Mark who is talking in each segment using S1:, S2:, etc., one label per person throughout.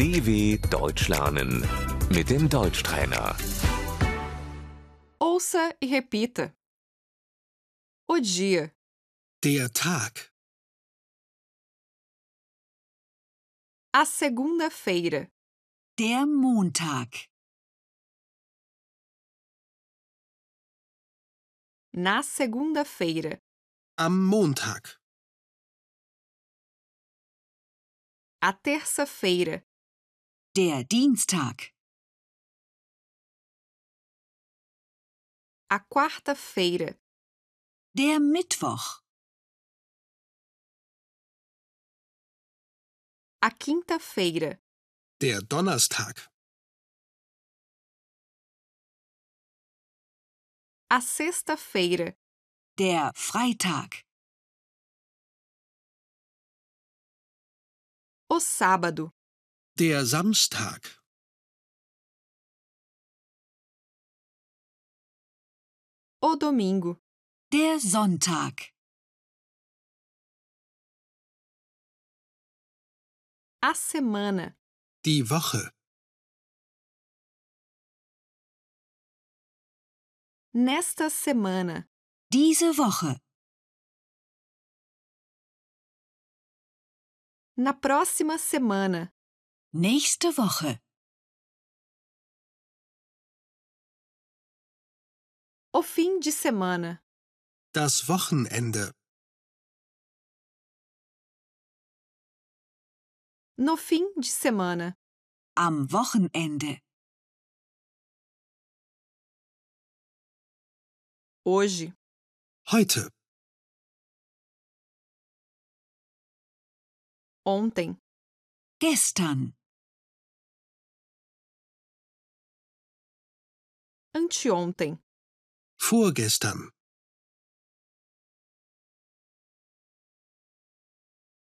S1: DW Deutsch lernen mit dem Deutschtrainer.
S2: Ouça e repita. O dia,
S3: Der Tag,
S2: a segunda-feira,
S4: Der Montag.
S2: na segunda-feira,
S3: am Montag,
S2: a terça-feira,
S4: Der Dienstag.
S2: a quarta-feira,
S4: Der Mittwoch.
S2: a quinta-feira,
S3: der Donnerstag,
S2: a sexta-feira,
S4: Der Freitag.
S2: o sábado,
S3: der Samstag,
S2: o domingo,
S4: Der Sonntag.
S2: a semana,
S3: die Woche,
S2: nesta semana,
S4: Diese Woche.
S2: na próxima semana,
S4: Nächste Woche.
S2: o fim de semana,
S3: das Wochenende,
S2: no fim de semana,
S4: Am Wochenende.
S2: hoje,
S3: heute,
S2: ontem,
S4: Gestern.
S2: anteontem,
S3: vorgestern,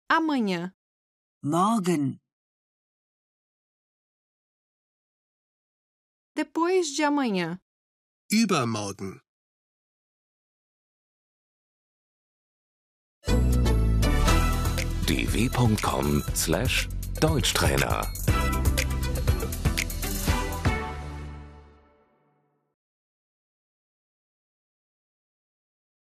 S2: amanhã,
S4: Morgen.
S2: depois de amanhã,
S3: übermorgen.
S1: dw.com/deutschtrainer